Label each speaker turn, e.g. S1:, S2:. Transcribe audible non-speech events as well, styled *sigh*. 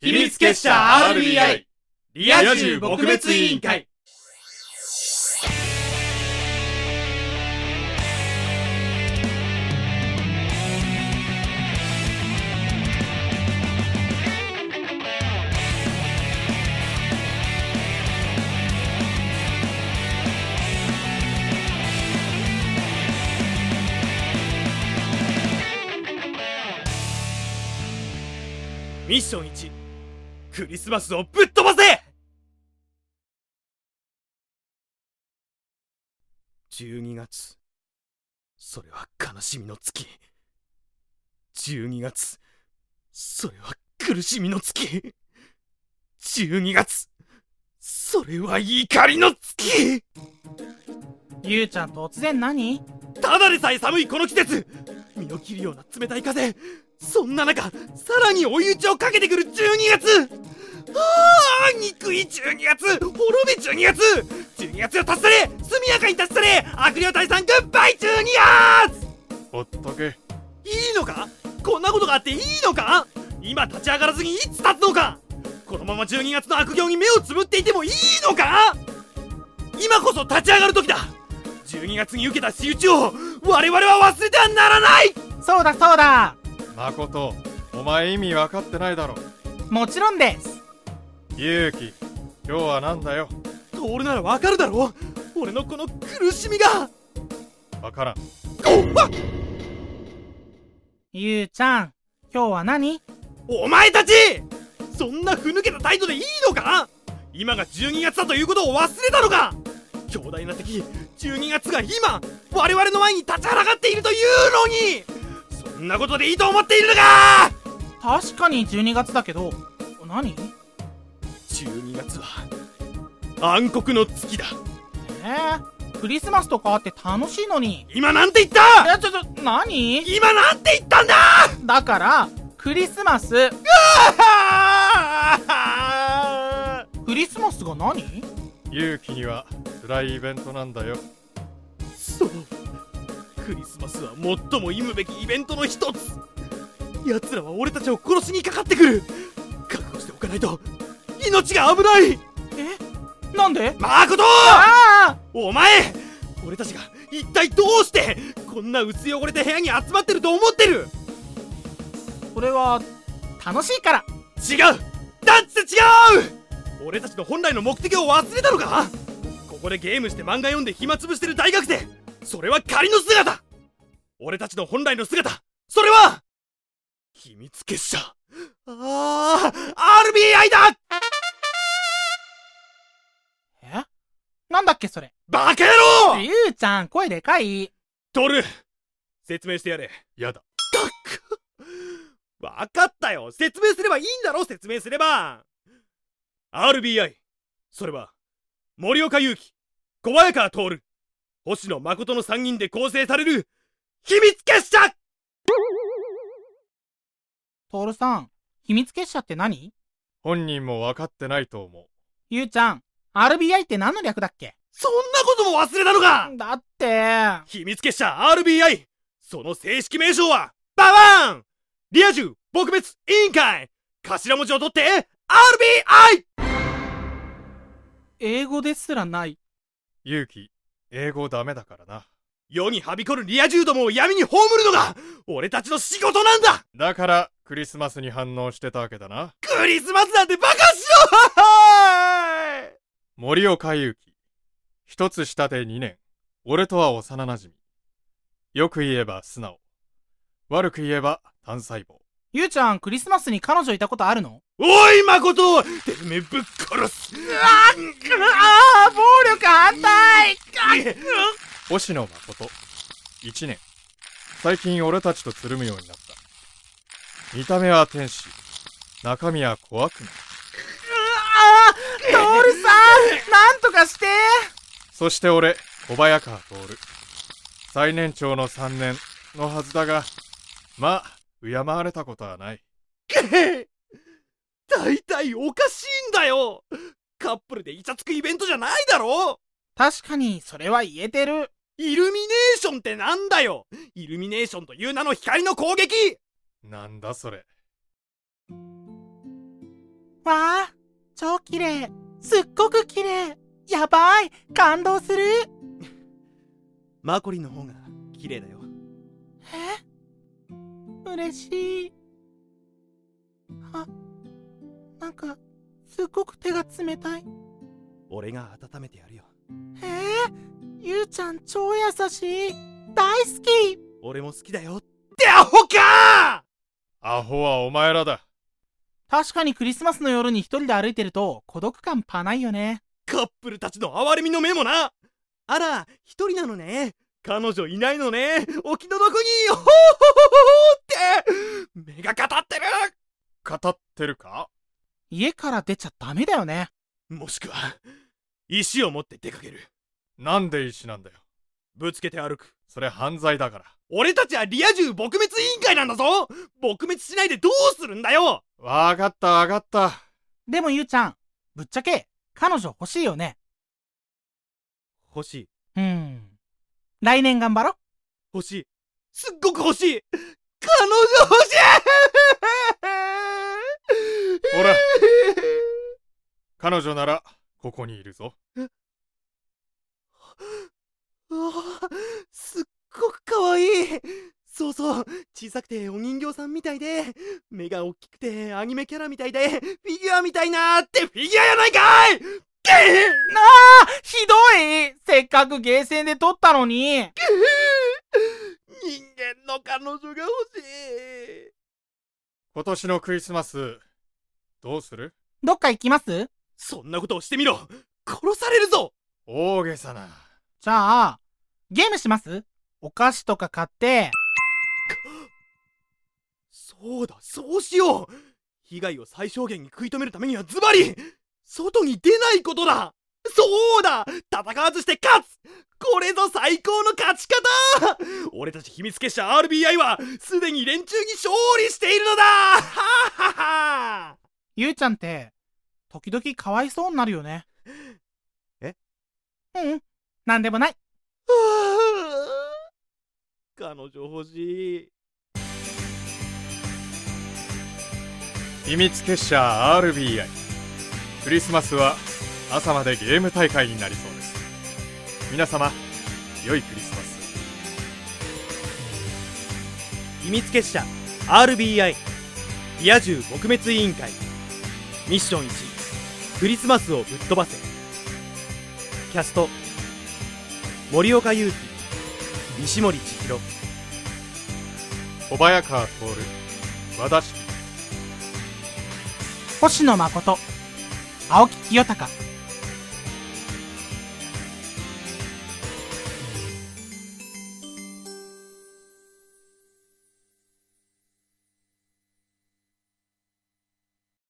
S1: 秘密結社 RBI リア充撲滅委員会ミッション1クリスマスをぶっ飛ばせ12月それは悲しみの月12月それは苦しみの月12月それは怒りの月
S2: ゆうちゃん突然何
S1: ただでさえ寒いこの季節身を切るような冷たい風そんな中さらに追い打ちをかけてくる12月ああ憎い12月滅び12月12月を達され速やかに達され悪霊退散グッバイ12月
S3: ほっとけ
S1: いいのかこんなことがあっていいのか今立ち上がらずにいつ立つのかこのまま12月の悪行に目をつぶっていてもいいのか今こそ立ち上がる時だ12月に受けた仕打ちを我々は忘れてはならない
S2: そうだそうだ
S3: まことお前意味分かってないだろ
S2: もちろんです
S3: 勇気今日はなんだよ
S1: 俺ならわかるだろ俺のこの苦しみが
S3: わからん
S2: ゆうちゃん今日は何
S1: お前たちそんなふぬけた態度でいいのか今が12月だということを忘れたのか強大な敵12月が今我々の前に立ちはだかっているというのにそんなことでいいと思っているのか
S2: 確かに12月だけど何
S1: 12月は暗黒の月だ
S2: えー、クリスマスとかあって楽しいのに
S1: 今なんて言った
S2: えちょちょ何
S1: 今なんて言ったんだ
S2: だからクリスマスクリスマスが何
S3: 勇気には辛いイベントなんだよ
S1: そうクリスマスは最も忌むべきイベントの一つ奴らは俺たちを殺しにかかってくる覚悟しておかないと命が危ない
S2: えなんで
S1: マーコト
S2: あ
S1: お前俺たちが一体どうしてこんな薄汚れた部屋に集まってると思ってる
S2: あこれは楽しいから
S1: 違うだって違う俺たちの本来の目的を忘れたのかここでゲームして漫画読んで暇つぶしてる大学生それは仮の姿俺たちの本来の姿それは秘密結社ああ RBI だ
S2: えなんだっけそれ
S1: バカ野郎
S2: ゆうちゃん声でかい
S1: トル説明してやれ
S3: やだ
S1: わかったよ説明すればいいんだろ説明すれば RBI それは森岡祐樹小早川徹星野誠の3人で構成される秘密結社
S2: トールさん秘密結社って何
S3: 本人も分かってないと思う
S2: ゆうちゃん RBI って何の略だっけ
S1: そんなことも忘れたのか
S2: だって
S1: 秘密結社 RBI その正式名称はババーンリア充撲滅委員会頭文字を取って RBI
S2: 英語ですらない
S3: 勇気英語ダメだからな
S1: 世にはびこるリア充どもを闇に葬るのが俺たちの仕事なんだ
S3: だからクリスマスに反応してたわけだな
S1: クリスマスなんてバカしよ
S3: 森岡勇気一つ下で2年俺とは幼馴染よく言えば素直悪く言えば単細胞
S2: ゆうちゃんクリスマスに彼女いたことあるの
S1: う *laughs* おい誠てめえぶっ殺す
S2: ああ暴力反対
S3: 星野誠1年最近俺たちとつるむようになった見た目は天使中身は小悪魔
S2: あートールさんなんとかして
S3: そして俺小早川徹最年長の3年のはずだがまあ敬われたことはない
S1: 大体おかしいんだよカップルでイチャつくイベントじゃないだろ
S2: 確かにそれは言えてる
S1: イルミネーションってなんだよイルミネーションという名の光の攻撃
S3: なんだそれ
S2: わあ、超綺麗。すっごく綺麗。やばい、感動する。
S1: マコリンの方が綺麗だよ
S2: 嬉しい。あ、なんか、すっごく手が冷たい。
S1: 俺が温めてやるよ
S2: ええゆうちゃん超優しい。大好き。
S1: 俺も好きだよってアホか
S3: アホはお前らだ。
S2: 確かにクリスマスの夜に一人で歩いてると孤独感パないよね。
S1: カップルたちの哀れみの目もなあら一人なのね彼女いないのねお気の毒にほほほほほって目が語ってる
S3: 語ってるか
S2: 家から出ちゃダメだよね。
S1: もしくは石を持って出かける
S3: なんで石なんだよ。
S1: ぶつけて歩く
S3: それ犯罪だから。
S1: 俺たちはリア充撲滅委員会なんだぞ撲滅しないでどうするんだよ
S3: わかったわかった。
S2: でもゆうちゃん、ぶっちゃけ彼女欲しいよね。
S1: 欲しい
S2: うん。来年頑張ろ。
S1: 欲しいすっごく欲しい彼女欲しい
S3: ほら、彼女ならここにいるぞ。
S1: ああすっごく可愛いそうそう小さくてお人形さんみたいで目が大きくてアニメキャラみたいでフィギュアみたいなーってフィギュアやないかいけへ
S2: なあひどいせっかくゲーセンで撮ったのに
S1: 人間の彼女が欲しい
S3: 今年のクリスマス、どうする
S2: どっか行きます
S1: そんなことをしてみろ殺されるぞ
S3: 大げさな。
S2: じゃあ、ゲームしますお菓子とか買って、
S1: そうだそうしよう被害を最小限に食い止めるためにはズバリ外に出ないことだそうだ戦わずして勝つこれぞ最高の勝ち方俺たち秘密結社 RBI はすでに連中に勝利しているのだはっはっは *laughs*
S2: ゆうちゃんって、時々かわいそうになるよね。
S1: え
S2: ううん。なんでもない。
S1: 彼女欲しい
S3: 秘密結社 RBI クリスマスは朝までゲーム大会になりそうです皆様良いクリスマスを
S1: 秘密結社 RBI リア充撲滅委員会ミッション1クリスマスをぶっ飛ばせキャスト森岡祐樹西森千尋
S3: 小早川徹和田式
S2: 星野誠、青木清隆、